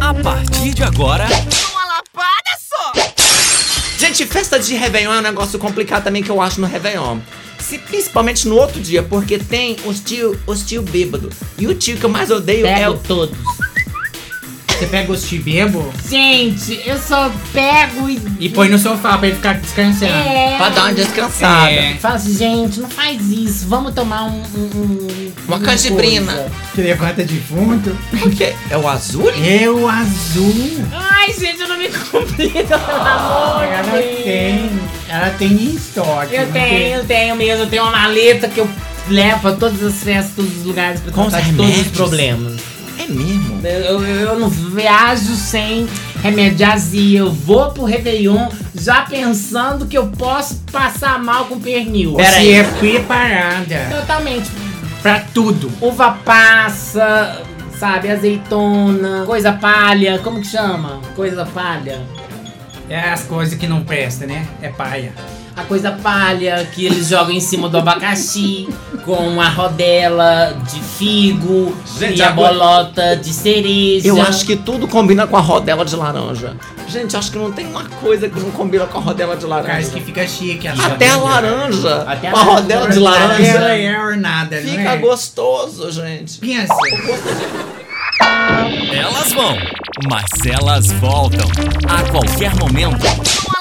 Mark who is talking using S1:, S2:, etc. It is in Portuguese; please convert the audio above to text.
S1: A partir de agora.
S2: Uma lapada só!
S3: Gente, festa de Réveillon é um negócio complicado também que eu acho no Réveillon. Se- principalmente no outro dia, porque tem os tio, os tio bêbados. E o tio que eu mais odeio é
S4: Pego
S3: o.
S4: todos.
S5: Você pega os tibembo
S4: Gente, eu só pego e.
S5: e põe no sofá pra ele ficar descansando.
S4: É.
S3: Pra dar uma descansada.
S5: É.
S4: Fala assim, gente, não faz isso. Vamos tomar um. um- um-
S3: Uma canjibrina.
S4: coisa."
S5: Que levanta defunto.
S3: Por quê? É o azul?
S5: Eu azul.
S4: Ai, gente, eu não me complico, pelo amor
S5: Ela
S4: de
S5: tem.
S4: Deus.
S5: Ela tem em estoque.
S4: Eu
S5: né?
S4: tenho, eu tenho mesmo. Eu tenho uma maleta que eu levo pra todas as festas, todos os lugares, pra
S3: Com os
S4: tratar de todos os
S3: remédios?
S4: problemas.
S3: É mesmo.
S4: Eu, eu- eu não viajo sem remédio azia. Eu vou pro Réveillon já pensando que eu posso passar mal com pernil.
S5: Você
S4: Pera aí.
S5: é preparada
S4: Totalmente.
S5: pra tudo.
S4: Uva passa, sabe, azeitona, coisa palha, como que chama? Coisa palha.
S5: É as coisas que não presta, né? É paia.
S4: A coisa palha que eles jogam em cima do abacaxi, com a rodela de figo
S3: Gente,
S4: e a
S3: agora-
S4: bolota de cereja.
S3: Eu acho que tudo combina com a rodela de laranja. Gente, acho que não tem uma coisa que não combina com a rodela de
S5: Cara, isso
S3: laranja.
S5: que fica chique.
S3: Até a laranja.
S4: Até a
S3: uma
S4: laranja.
S3: rodela de
S5: Ela
S3: laranja.
S5: é ornada, não
S3: Fica
S5: é? assim.
S3: gostoso, gente.
S5: Pensa.
S1: Elas vão, mas elas voltam. A qualquer momento.
S2: Uma